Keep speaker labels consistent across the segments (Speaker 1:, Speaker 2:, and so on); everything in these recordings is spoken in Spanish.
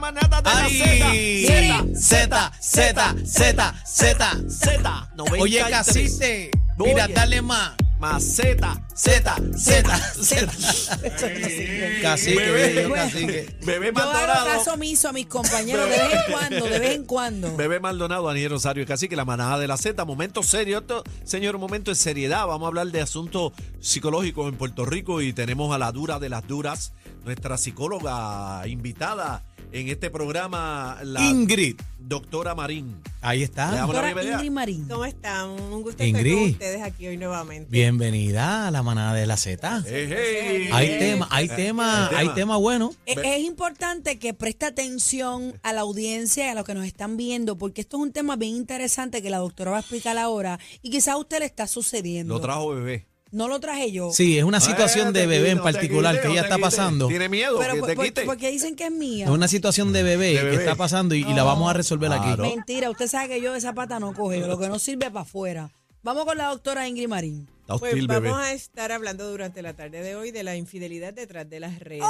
Speaker 1: manada de
Speaker 2: Ay,
Speaker 1: la
Speaker 2: Z, Z, Z, Z.
Speaker 1: Z. Z.
Speaker 2: Oye, casiste. Mira,
Speaker 1: Oye.
Speaker 2: dale más.
Speaker 1: Más Z.
Speaker 2: Z, Z, Z. Cacique,
Speaker 1: Bebé.
Speaker 2: bello cacique.
Speaker 1: Bebé
Speaker 3: Yo hago
Speaker 1: Maldonado.
Speaker 3: caso omiso a mis compañeros de vez en cuando, de vez en cuando.
Speaker 1: Bebé Maldonado, Aniel Rosario, es casi que la manada de la Z. Momento serio, esto, señor, momento de seriedad. Vamos a hablar de asuntos psicológicos en Puerto Rico y tenemos a la dura de las duras, nuestra psicóloga invitada en este programa, la
Speaker 2: Ingrid.
Speaker 1: doctora Marín.
Speaker 2: Ahí
Speaker 1: Le
Speaker 2: está.
Speaker 1: damos la
Speaker 3: Doctora
Speaker 1: bienvenida.
Speaker 3: Ingrid Marín.
Speaker 4: ¿Cómo están? Un gusto
Speaker 2: Ingrid.
Speaker 4: estar con ustedes aquí hoy nuevamente.
Speaker 2: Bienvenida a la manada de la Z.
Speaker 1: Hey, hey.
Speaker 2: Hay
Speaker 4: Eh,
Speaker 2: tema, hay
Speaker 1: eh,
Speaker 2: tema,
Speaker 1: el
Speaker 2: hay
Speaker 1: tema.
Speaker 2: tema bueno.
Speaker 3: Es, es importante que preste atención a la audiencia y a los que nos están viendo, porque esto es un tema bien interesante que la doctora va a explicar ahora y quizás a usted le está sucediendo.
Speaker 1: Lo trajo bebé.
Speaker 3: no lo traje yo.
Speaker 2: Sí, es una
Speaker 1: Eh,
Speaker 2: situación
Speaker 1: te
Speaker 2: de bebé en
Speaker 1: quite, te
Speaker 2: particular
Speaker 1: quite,
Speaker 2: que
Speaker 1: no
Speaker 2: ella
Speaker 1: te
Speaker 2: está
Speaker 1: quite.
Speaker 2: pasando.
Speaker 1: Tiene miedo
Speaker 3: pero
Speaker 1: que
Speaker 3: por-
Speaker 1: te
Speaker 3: por-
Speaker 1: quite.
Speaker 3: porque dicen que es mía.
Speaker 2: Es una situación de bebé,
Speaker 1: bebé.
Speaker 2: que está pasando y, y la vamos a resolver aquí.
Speaker 1: Claro.
Speaker 3: Mentira, usted sabe que yo de esa pata no coge, lo que no sirve para afuera. Vamos con la doctora Ingrid Marín.
Speaker 1: Está
Speaker 4: Pues
Speaker 1: hostil,
Speaker 4: vamos
Speaker 1: bebé.
Speaker 4: a estar hablando durante la tarde de hoy de la infidelidad detrás de las redes.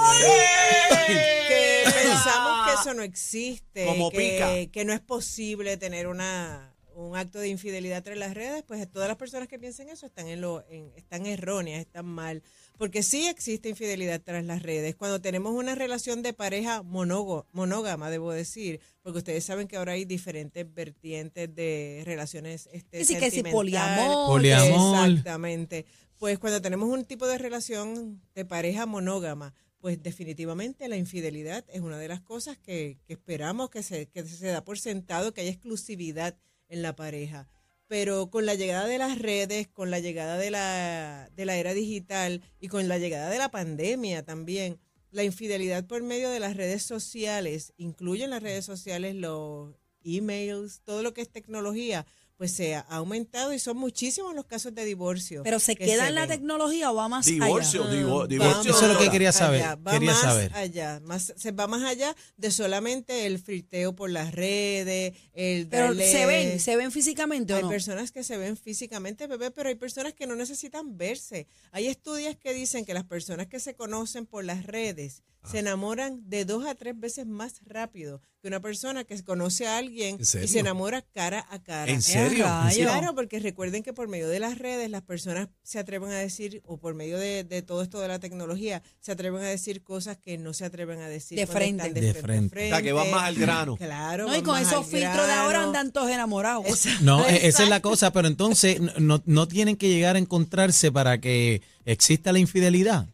Speaker 4: Que pensamos que eso no existe,
Speaker 1: Como
Speaker 4: que, que no es posible tener una un acto de infidelidad tras las redes, pues todas las personas que piensan eso están en lo en- están erróneas, están mal, porque sí existe infidelidad tras las redes. Cuando tenemos una relación de pareja monogo- monógama, debo decir, porque ustedes saben que ahora hay diferentes vertientes de relaciones este
Speaker 3: Que sí, que sí,
Speaker 4: sentimental,
Speaker 3: poliamor.
Speaker 2: Poliamor.
Speaker 4: Exactamente. Pues cuando tenemos un tipo de relación de pareja monógama, pues definitivamente la infidelidad es una de las cosas que, que esperamos que se, que se da por sentado, que haya exclusividad en la pareja. Pero con la llegada de las redes, con la llegada de la, de la era digital y con la llegada de la pandemia también, la infidelidad por medio de las redes sociales, incluyen las redes sociales, los emails, todo lo que es tecnología, pues se ha aumentado y son muchísimos los casos de divorcio.
Speaker 3: Pero se
Speaker 4: que
Speaker 3: queda en la
Speaker 4: ven.
Speaker 3: tecnología o va más
Speaker 1: Divorcio,
Speaker 3: allá.
Speaker 1: divo-
Speaker 4: Ah,
Speaker 1: divorcio.
Speaker 4: vamos
Speaker 2: Eso es lo que
Speaker 1: doctora.
Speaker 2: quería saber,
Speaker 4: allá, va
Speaker 2: quería
Speaker 4: más
Speaker 2: saber.
Speaker 4: allá, más, se va más allá de solamente el friteo por las redes, el
Speaker 3: Pero
Speaker 4: darle-
Speaker 3: se ven, se ven físicamente o
Speaker 4: hay
Speaker 3: no.
Speaker 4: personas que se ven físicamente, bebé, pero hay personas que no necesitan verse. Hay estudios que dicen que las personas que se conocen por las redes se enamoran de dos a tres veces más rápido que una persona que conoce a alguien
Speaker 2: ¿En
Speaker 4: y
Speaker 2: serio?
Speaker 4: se enamora cara a cara. Ah,
Speaker 1: ¿En
Speaker 3: Eh,
Speaker 1: serio?
Speaker 3: rayo.
Speaker 4: Claro, porque recuerden que por medio de las redes las personas se atreven a decir, o por medio de, de todo esto de la tecnología, se atreven a decir cosas que no se atreven a decir.
Speaker 3: De
Speaker 4: cuando
Speaker 3: frente.
Speaker 4: están
Speaker 2: De
Speaker 4: a
Speaker 2: frente.
Speaker 1: O sea, que van más al grano.
Speaker 4: Claro.
Speaker 3: No, y
Speaker 4: van
Speaker 3: con
Speaker 4: más
Speaker 3: esos
Speaker 4: al
Speaker 3: filtros de ahora
Speaker 4: grano.
Speaker 3: andan todos enamorados.
Speaker 4: Exacto.
Speaker 2: No, e- esa es la cosa, pero entonces no- no, no tienen que llegar a encontrarse para que exista la infidelidad.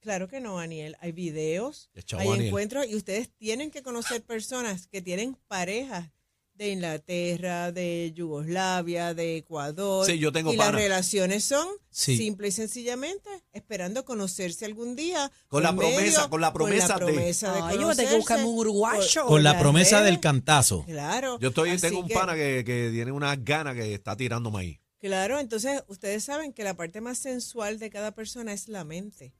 Speaker 4: Claro que no, Aniel. Hay videos,
Speaker 1: Ya, chao,
Speaker 4: hay
Speaker 1: Aniel.
Speaker 4: encuentros y ustedes tienen que conocer personas que tienen parejas de Inglaterra, de Yugoslavia, de Ecuador.
Speaker 1: Sí, yo tengo
Speaker 4: Y
Speaker 1: panas.
Speaker 4: las relaciones son
Speaker 2: Sí.
Speaker 4: simple y sencillamente esperando conocerse algún día.
Speaker 1: Con la
Speaker 4: por
Speaker 1: promesa, con la promesa de-
Speaker 4: Con la promesa de,
Speaker 3: Ay, yo voy a tener que buscarme un
Speaker 4: conocerse.
Speaker 3: uruguayo.
Speaker 2: Con la
Speaker 4: las
Speaker 2: promesa
Speaker 4: redes.
Speaker 2: del cantazo.
Speaker 4: Claro.
Speaker 1: Yo estoy,
Speaker 4: Así
Speaker 1: tengo un
Speaker 4: que-
Speaker 1: pana que, que tiene unas ganas que está tirando maíz.
Speaker 4: Claro, entonces ustedes saben que la parte más sensual de cada persona es la mente.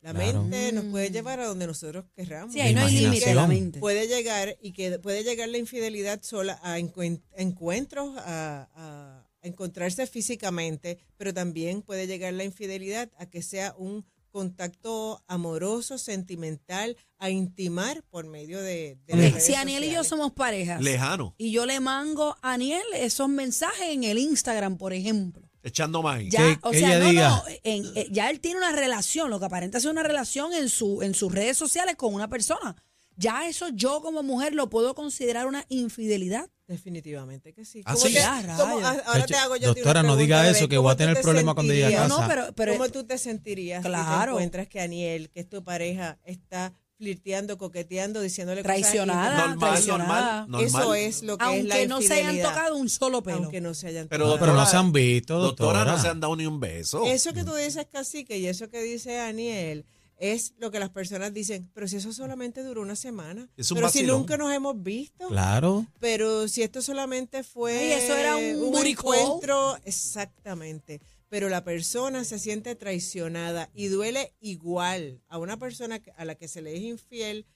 Speaker 4: La
Speaker 2: Claro.
Speaker 4: mente nos puede llevar a donde nosotros querramos.
Speaker 3: Mm. Sí, ahí no hay
Speaker 2: Imaginación.
Speaker 3: límite de la mente.
Speaker 4: puede llegar y que puede llegar la infidelidad sola a encuen- a encuentros, a, a- a encontrarse físicamente, pero también puede llegar la infidelidad a que sea un contacto amoroso, sentimental, a intimar por medio de... de las
Speaker 3: Ok,
Speaker 4: redes
Speaker 3: Si Aniel y yo
Speaker 4: sociales.
Speaker 3: somos parejas
Speaker 1: Lejano,
Speaker 3: y yo le mango a Aniel esos mensajes en el Instagram, por ejemplo.
Speaker 1: echando maíz.
Speaker 3: Ya,
Speaker 2: Que-
Speaker 3: o
Speaker 2: que
Speaker 3: sea,
Speaker 2: ella
Speaker 3: no,
Speaker 2: diga.
Speaker 3: no, en- eh, ya él tiene una relación, lo que aparenta ser una relación en, su, en sus redes sociales con una persona. Ya eso yo como mujer lo puedo considerar una infidelidad.
Speaker 4: Definitivamente que sí.
Speaker 1: Ah,
Speaker 4: ¿Cómo
Speaker 1: sí.
Speaker 4: te-
Speaker 3: Ya,
Speaker 4: cómo-
Speaker 3: rayos.
Speaker 4: ah, ahora
Speaker 2: De
Speaker 4: te
Speaker 2: hecho,
Speaker 4: hago yo a ti una
Speaker 2: doctora, no diga
Speaker 4: pregunta,
Speaker 2: eso,
Speaker 4: Bebé,
Speaker 2: que voy a
Speaker 4: ¿cómo tú
Speaker 2: tener
Speaker 4: te
Speaker 2: problemas cuando llegue a
Speaker 3: No,
Speaker 4: sentirías?
Speaker 2: casa.
Speaker 3: no, pero, pero
Speaker 4: ¿Cómo tú te sentirías si te
Speaker 3: Claro.
Speaker 4: encuentras que Aniel, que es tu pareja, está flirteando, coqueteando, diciéndole
Speaker 3: traicionada,
Speaker 4: cosas?
Speaker 1: Normal,
Speaker 3: traicionada.
Speaker 1: normal.
Speaker 4: y- Eso es lo que es la
Speaker 3: Aunque no se hayan
Speaker 4: infidelidad,
Speaker 3: tocado un solo pelo.
Speaker 4: Aunque no se hayan
Speaker 1: Pero,
Speaker 2: No,
Speaker 4: tocado.
Speaker 2: pero
Speaker 1: doctora,
Speaker 2: no se han visto,
Speaker 1: Doctora,
Speaker 2: doctora.
Speaker 1: no se han dado ni un beso.
Speaker 4: Eso que tú dices, Cacique, y eso que dice Aniel, es lo que las personas dicen, pero si eso solamente duró una semana.
Speaker 1: Es un
Speaker 4: pero
Speaker 1: vacilón.
Speaker 4: si nunca nos hemos visto.
Speaker 2: Claro.
Speaker 4: Pero si esto solamente fue
Speaker 3: Ay, eso era un booty call.
Speaker 4: encuentro, exactamente. Pero la persona se siente traicionada y duele igual a una persona que- a la que se le es infiel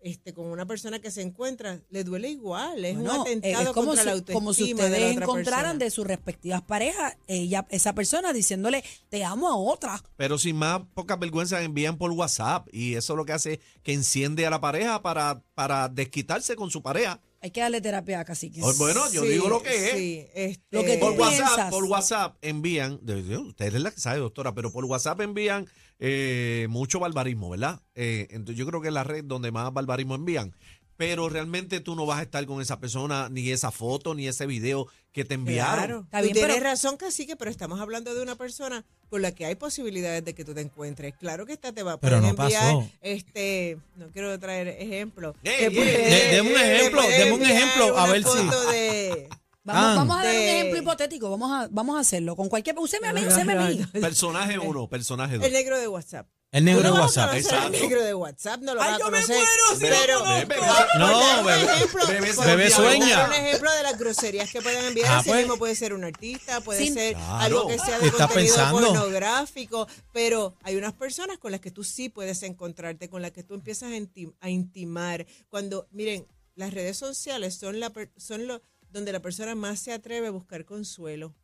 Speaker 4: este, con una persona que se encuentra, le duele igual, es un
Speaker 3: Bueno, eh,
Speaker 4: atentado
Speaker 3: es como
Speaker 4: contra
Speaker 3: si,
Speaker 4: la autoestima
Speaker 3: como si
Speaker 4: de la
Speaker 3: ustedes
Speaker 4: otra
Speaker 3: encontraran
Speaker 4: persona.
Speaker 3: de sus respectivas parejas ella, esa persona diciéndole te amo a otra.
Speaker 1: Pero sin más, pocas vergüenzas envían por WhatsApp y eso lo que hace es que enciende a la pareja para, para desquitarse con su pareja.
Speaker 3: Hay que darle terapia a Cacique.
Speaker 1: Oh, Bueno, yo digo lo que es.
Speaker 4: sí, este,
Speaker 3: Lo que tú
Speaker 1: Por WhatsApp,
Speaker 3: piensas?
Speaker 1: por WhatsApp envían, de- de- usted es la que sabe, doctora, pero por WhatsApp envían eh, mucho barbarismo, ¿verdad? Eh, entonces yo creo que es la red donde más barbarismo envían. Pero realmente tú no vas a estar con esa persona, ni esa foto, ni ese video que te enviaron.
Speaker 4: Claro.
Speaker 3: Está
Speaker 4: tú
Speaker 3: bien,
Speaker 4: tienes
Speaker 3: pero-
Speaker 4: razón, Cacique, pero estamos hablando de una persona con la que hay posibilidades de que tú te encuentres. Claro que esta te va a
Speaker 2: Pero
Speaker 4: poder
Speaker 2: no
Speaker 4: enviar,
Speaker 2: pasó.
Speaker 4: este, no quiero traer ejemplo.
Speaker 1: Ey,
Speaker 4: Te
Speaker 1: ey,
Speaker 4: puede-
Speaker 1: ey,
Speaker 2: De- deme un
Speaker 4: te puede
Speaker 2: ejemplo, deme un
Speaker 4: enviar
Speaker 2: ejemplo, a
Speaker 4: una
Speaker 2: ver si-
Speaker 4: foto de-
Speaker 3: Vamos,
Speaker 2: Ah.
Speaker 3: vamos a dar un
Speaker 4: De-
Speaker 3: ejemplo hipotético, vamos a, vamos a hacerlo. Con cualquier. Usted me amigo, usted me amigo.
Speaker 1: Personaje uno, personaje dos.
Speaker 4: el negro de WhatsApp.
Speaker 2: El negro
Speaker 4: Tú
Speaker 2: de
Speaker 4: no vas a
Speaker 2: WhatsApp.
Speaker 4: conocer al
Speaker 1: Exacto.
Speaker 4: negro de WhatsApp, no lo
Speaker 3: Ay,
Speaker 4: vas a
Speaker 3: yo me
Speaker 4: conocer.
Speaker 3: muero si lo
Speaker 4: pero,
Speaker 1: conozco.
Speaker 4: pero-
Speaker 2: No,
Speaker 4: por dar un
Speaker 2: bebé.
Speaker 4: ejemplo,
Speaker 1: Bebé
Speaker 4: por
Speaker 2: Bebé
Speaker 4: dar
Speaker 2: sueña.
Speaker 4: Un ejemplo de las groserías que pueden enviar.
Speaker 2: Ah,
Speaker 4: Así
Speaker 2: pues.
Speaker 4: mismo puede ser un artista, puede
Speaker 3: Sin-
Speaker 4: ser
Speaker 1: Claro.
Speaker 4: algo que sea de
Speaker 2: ¿Qué está
Speaker 4: contenido
Speaker 2: pensando?
Speaker 4: pornográfico. Pero hay unas personas con las que tú sí puedes encontrarte, con las que tú empiezas a, intim- a intimar. Cuando, miren, las redes sociales son, la per- son lo, donde la persona más se atreve a buscar consuelo.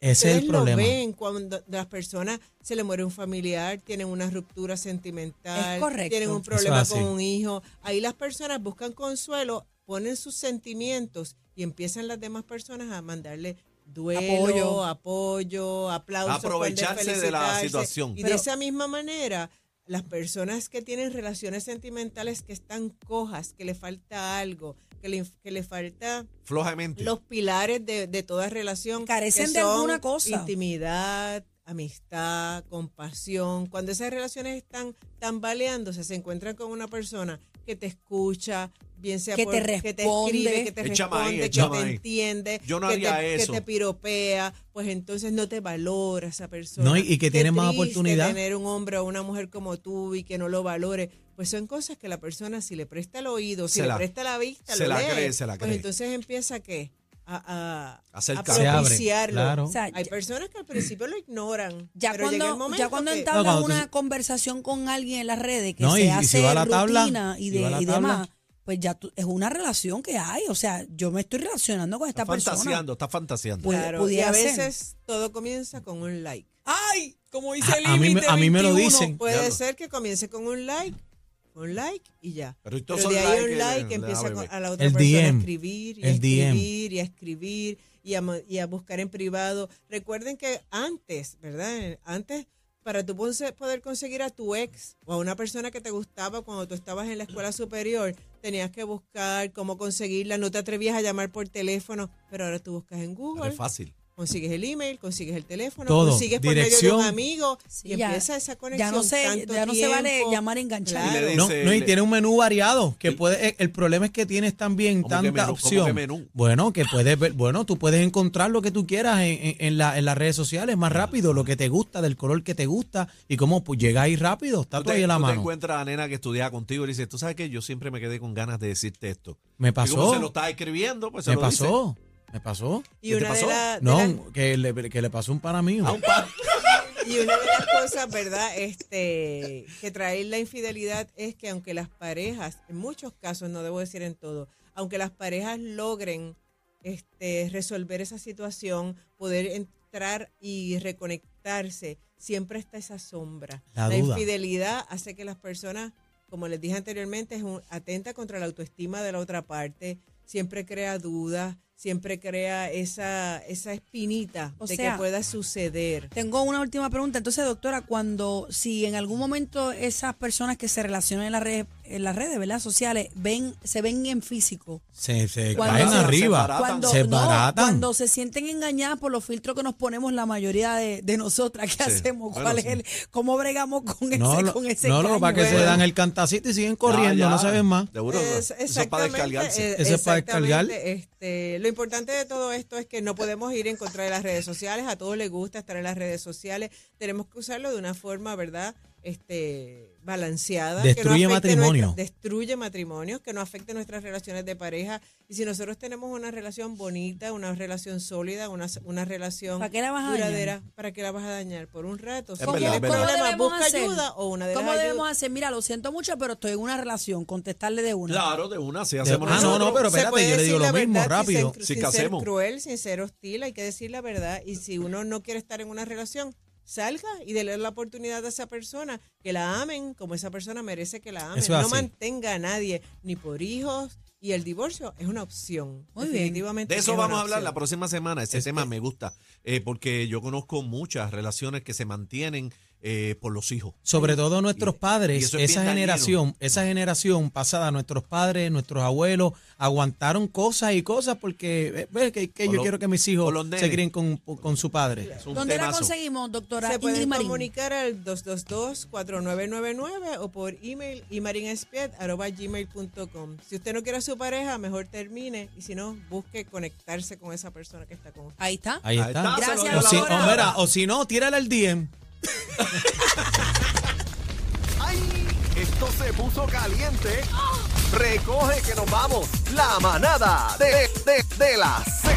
Speaker 2: Ese es el
Speaker 4: Ustedes lo
Speaker 2: problema.
Speaker 4: ven cuando las personas se le muere un familiar, tienen una ruptura sentimental,
Speaker 3: Es correcto.
Speaker 4: tienen un
Speaker 3: Eso
Speaker 4: problema
Speaker 2: es así.
Speaker 4: con un hijo. Ahí las personas buscan consuelo, ponen sus sentimientos y empiezan las demás personas a mandarle duelo,
Speaker 3: Apoyo.
Speaker 4: apoyo, aplausos,
Speaker 1: Aprovecharse
Speaker 4: pueden
Speaker 1: de la
Speaker 4: felicitarse.
Speaker 1: situación.
Speaker 4: Y
Speaker 3: Pero-
Speaker 4: de esa misma manera, las personas que tienen relaciones sentimentales que están cojas, que le falta algo, que le, que le falta
Speaker 1: Flojamente.
Speaker 4: los pilares de, de toda relación.
Speaker 3: Carecen
Speaker 4: que
Speaker 3: de
Speaker 4: son
Speaker 3: alguna cosa.
Speaker 4: Intimidad, amistad, compasión. Cuando esas relaciones están tambaleándose, se encuentran con una persona que te escucha, bien sea
Speaker 3: Que
Speaker 4: por-
Speaker 3: te
Speaker 4: que te
Speaker 3: responde.
Speaker 4: escribe, que te
Speaker 1: Échame ahí,
Speaker 4: responde, que
Speaker 1: échame ahí.
Speaker 4: te entiende,
Speaker 1: Yo no
Speaker 4: que,
Speaker 1: haría
Speaker 4: te, que
Speaker 1: eso.
Speaker 4: te piropea, pues entonces no te valora esa persona.
Speaker 2: No, y- y que
Speaker 4: Qué
Speaker 2: tiene más
Speaker 4: triste
Speaker 2: oportunidad.
Speaker 4: tener un hombre o una mujer como tú y que no lo valore. Pues son cosas que la persona, si le presta el oído, si
Speaker 1: Se
Speaker 4: le
Speaker 1: la-
Speaker 4: presta la vista,
Speaker 1: se
Speaker 4: lo
Speaker 1: la
Speaker 4: lee,
Speaker 1: cree, se la
Speaker 4: pues
Speaker 1: cree.
Speaker 4: entonces empieza ¿qué? a, a,
Speaker 1: Hacer
Speaker 4: a
Speaker 1: caso. Se
Speaker 2: abre,
Speaker 4: propiciarlo.
Speaker 2: claro. O
Speaker 3: sea,
Speaker 4: Hay
Speaker 3: ya-
Speaker 4: personas que al principio lo ignoran.
Speaker 3: Ya
Speaker 4: pero llega el
Speaker 3: cuando,
Speaker 4: momento
Speaker 3: ya cuando
Speaker 4: que-
Speaker 3: entablas
Speaker 2: No, cuando tú
Speaker 3: una
Speaker 2: se-
Speaker 3: conversación con alguien en las redes que
Speaker 2: No, y-
Speaker 3: se
Speaker 2: y si
Speaker 3: hace
Speaker 2: va a la tabla,
Speaker 3: rutina y,
Speaker 2: si
Speaker 3: de-
Speaker 2: va a la
Speaker 3: y
Speaker 2: tabla.
Speaker 3: demás, pues ya tú- es una relación que hay. O sea, yo me estoy relacionando con esta
Speaker 1: está
Speaker 3: persona.
Speaker 1: fantaseando, está fantaseando.
Speaker 3: Pues-
Speaker 4: Claro, y
Speaker 3: pudiera
Speaker 4: a
Speaker 3: ser.
Speaker 4: veces todo comienza con un like.
Speaker 3: ¡Ay! Como dice
Speaker 2: A, a mí, me- a mí me lo dicen.
Speaker 4: Puede
Speaker 1: Diablo.
Speaker 4: ser que comience con un like, un like y ya.
Speaker 1: Pero estos
Speaker 4: Pero
Speaker 1: son
Speaker 4: de ahí
Speaker 1: likes que
Speaker 4: un like
Speaker 1: le- le da
Speaker 4: empieza
Speaker 1: bebé.
Speaker 4: con- a la otra
Speaker 2: El
Speaker 4: persona
Speaker 2: DM,
Speaker 4: a escribir, y a
Speaker 2: el DM.
Speaker 4: escribir, y a escribir, y a, mo- y a buscar en privado. Recuerden que antes, ¿verdad? Antes, para tú pose- poder conseguir a tu ex o a una persona que te gustaba cuando tú estabas en la escuela superior, tenías que buscar cómo conseguirla, no te atrevías a llamar por teléfono, pero ahora tú buscas en
Speaker 1: Pero
Speaker 4: Google,
Speaker 1: es fácil.
Speaker 4: consigues el email, consigues el teléfono,
Speaker 2: Todo,
Speaker 4: consigues por medio de
Speaker 2: dirección.
Speaker 4: un amigo,
Speaker 3: Sí,
Speaker 4: y
Speaker 3: ya-
Speaker 4: empieza esa conexión
Speaker 3: Ya no sé,
Speaker 4: tanto
Speaker 3: ya no se vale
Speaker 4: tiempo.
Speaker 3: llamar enganchado.
Speaker 4: Claro.
Speaker 1: Y le
Speaker 2: No,
Speaker 1: dice-
Speaker 2: no, y
Speaker 1: le-
Speaker 2: tiene un menú variado. que puede, eh, el- El problema es que tienes también
Speaker 1: ¿Cómo que
Speaker 2: tanta
Speaker 1: menú? ¿Cómo que
Speaker 2: opción.
Speaker 1: menú?
Speaker 2: Bueno, que puedes ver, bueno, tú puedes encontrar lo que tú quieras en, en- en la- en las redes sociales más rápido, lo que te gusta, del color que te gusta y cómo pues, llega ahí rápido, está
Speaker 1: Tú
Speaker 2: todo
Speaker 1: te,
Speaker 2: ahí en la
Speaker 1: tú te
Speaker 2: mano.
Speaker 1: encuentras a la nena que estudiaba contigo y le dices, tú sabes que yo siempre me quedé con ganas de decirte esto.
Speaker 2: Me
Speaker 1: Y como se lo
Speaker 2: pasó,
Speaker 1: estás escribiendo, pues se
Speaker 2: me
Speaker 1: lo dice.
Speaker 2: pasó, me pasó.
Speaker 4: Y
Speaker 1: ¿Qué te
Speaker 4: una de
Speaker 1: pasó?
Speaker 4: la- de las
Speaker 2: No, que le, que le pasó un pana mío.
Speaker 1: A Ah, un par-
Speaker 4: Y una de las cosas, ¿verdad? Este, que trae la infidelidad es que aunque las parejas, en muchos casos, no debo decir en todo, aunque las parejas logren este, resolver esa situación, poder entrar y reconectarse, siempre está esa sombra.
Speaker 2: La duda.
Speaker 4: infidelidad hace que las personas, como les dije anteriormente, es un- atenta contra la autoestima de la otra parte, siempre crea dudas, siempre crea esa, esa espinita
Speaker 3: O
Speaker 4: de
Speaker 3: sea,
Speaker 4: que pueda suceder.
Speaker 3: Tengo una última pregunta. Entonces, doctora, cuando, si en algún momento esas personas que se relacionan en las redes, en las redes, ¿verdad? Sociales, ven, se ven en físico.
Speaker 2: Se, se
Speaker 3: Cuando
Speaker 2: caen
Speaker 3: se-
Speaker 1: Baratan.
Speaker 2: arriba.
Speaker 3: Cuando,
Speaker 2: Se
Speaker 3: no,
Speaker 2: baratan.
Speaker 3: cuando se sienten engañadas por los filtros que nos ponemos la mayoría de, de nosotras, ¿qué
Speaker 1: Sí.
Speaker 3: hacemos?
Speaker 1: Bueno,
Speaker 3: ¿Cuál
Speaker 1: sí.
Speaker 3: es el, ¿Cómo bregamos con ese,
Speaker 2: No, lo-
Speaker 3: con ese
Speaker 2: no, lo que
Speaker 3: engaño?
Speaker 2: pasa es que se
Speaker 4: Bueno.
Speaker 2: dan el cantacito y siguen corriendo,
Speaker 1: Ya, ya.
Speaker 2: no se ven más.
Speaker 1: Seguro,
Speaker 4: Es-
Speaker 1: eso es para
Speaker 4: exactamente,
Speaker 1: descargarse.
Speaker 4: eh,
Speaker 2: Eso es para descargar.
Speaker 4: exactamente, este, lo importante de todo esto es que no podemos ir en contra de las redes sociales. A todos les gusta estar en las redes sociales. Tenemos que usarlo de una forma, ¿verdad? este, balanceada.
Speaker 2: Destruye
Speaker 4: afecte
Speaker 2: matrimonio.
Speaker 4: nuestra- destruye matrimonios, que no afecte nuestras relaciones de pareja. Y si nosotros tenemos una relación bonita, una relación sólida, una, una relación
Speaker 3: ¿Para qué la vas a
Speaker 4: duradera, ¿para qué la vas a dañar? Por un rato. Si
Speaker 1: Es verdad,
Speaker 4: tienes
Speaker 1: es verdad. ¿Cómo
Speaker 4: problemas,
Speaker 3: debemos
Speaker 4: busca
Speaker 3: hacer?
Speaker 4: ayuda o una de las
Speaker 3: ¿Cómo debemos
Speaker 4: ayudas.
Speaker 3: hacer? Mira, lo siento mucho, pero estoy en una relación. Contestarle de una.
Speaker 1: Claro, de una, si
Speaker 2: Ah,
Speaker 1: hacemos
Speaker 2: no,
Speaker 1: nosotros.
Speaker 2: no, pero
Speaker 4: Se
Speaker 2: espérate,
Speaker 4: puede
Speaker 2: yo le
Speaker 4: decir
Speaker 2: digo lo
Speaker 4: la
Speaker 2: mismo,
Speaker 4: verdad sin
Speaker 2: rápido.
Speaker 4: ser cru-
Speaker 1: Sí,
Speaker 4: Sin,
Speaker 1: ¿qué
Speaker 4: ser
Speaker 1: hacemos?
Speaker 4: cruel, sin ser hostil, hay que decir la verdad. Y si uno no quiere estar en una relación, salga y déle la oportunidad a esa persona que la amen como esa persona merece que la amen.
Speaker 2: Eso es
Speaker 4: no
Speaker 2: así.
Speaker 4: mantenga a nadie, ni por hijos. Y el divorcio es una opción.
Speaker 3: Muy bien.
Speaker 4: definitivamente
Speaker 1: De eso
Speaker 4: es una
Speaker 1: vamos a hablar
Speaker 4: Este
Speaker 1: la
Speaker 4: opción.
Speaker 1: próxima semana. Ese
Speaker 2: Este-
Speaker 1: tema me gusta, eh, porque yo conozco muchas relaciones que se mantienen eh, por los hijos.
Speaker 2: Sobre todo nuestros
Speaker 1: Y-
Speaker 2: padres,
Speaker 1: y eso es
Speaker 2: esa
Speaker 1: bien dañino.
Speaker 2: generación, esa generación pasada, nuestros padres, nuestros abuelos, aguantaron cosas y cosas porque eh, ve que, que
Speaker 1: O
Speaker 2: yo
Speaker 1: lo-
Speaker 2: quiero que mis
Speaker 1: o
Speaker 2: hijos
Speaker 1: los
Speaker 2: se
Speaker 1: nenes.
Speaker 2: críen con, con su padre.
Speaker 1: Es un
Speaker 3: ¿Dónde la
Speaker 1: temazo.
Speaker 3: conseguimos, doctora
Speaker 4: Se
Speaker 3: Ingrid
Speaker 4: pueden
Speaker 3: Marín?
Speaker 4: comunicar al 222-4999 o por email imarinespet.com. Si usted no quiere a su pareja, mejor termine y si no, busque conectarse con esa persona que está con usted.
Speaker 3: Ahí está.
Speaker 1: Ahí
Speaker 2: Ahí está.
Speaker 1: está,
Speaker 3: Gracias,
Speaker 1: se lo
Speaker 2: O
Speaker 1: dio
Speaker 2: si,
Speaker 1: la
Speaker 3: doctora.
Speaker 2: o mira, o si no, tírale el DM.
Speaker 5: ¡Ay! Esto se puso caliente. Recoge que nos vamos. La manada de, de, de la Z.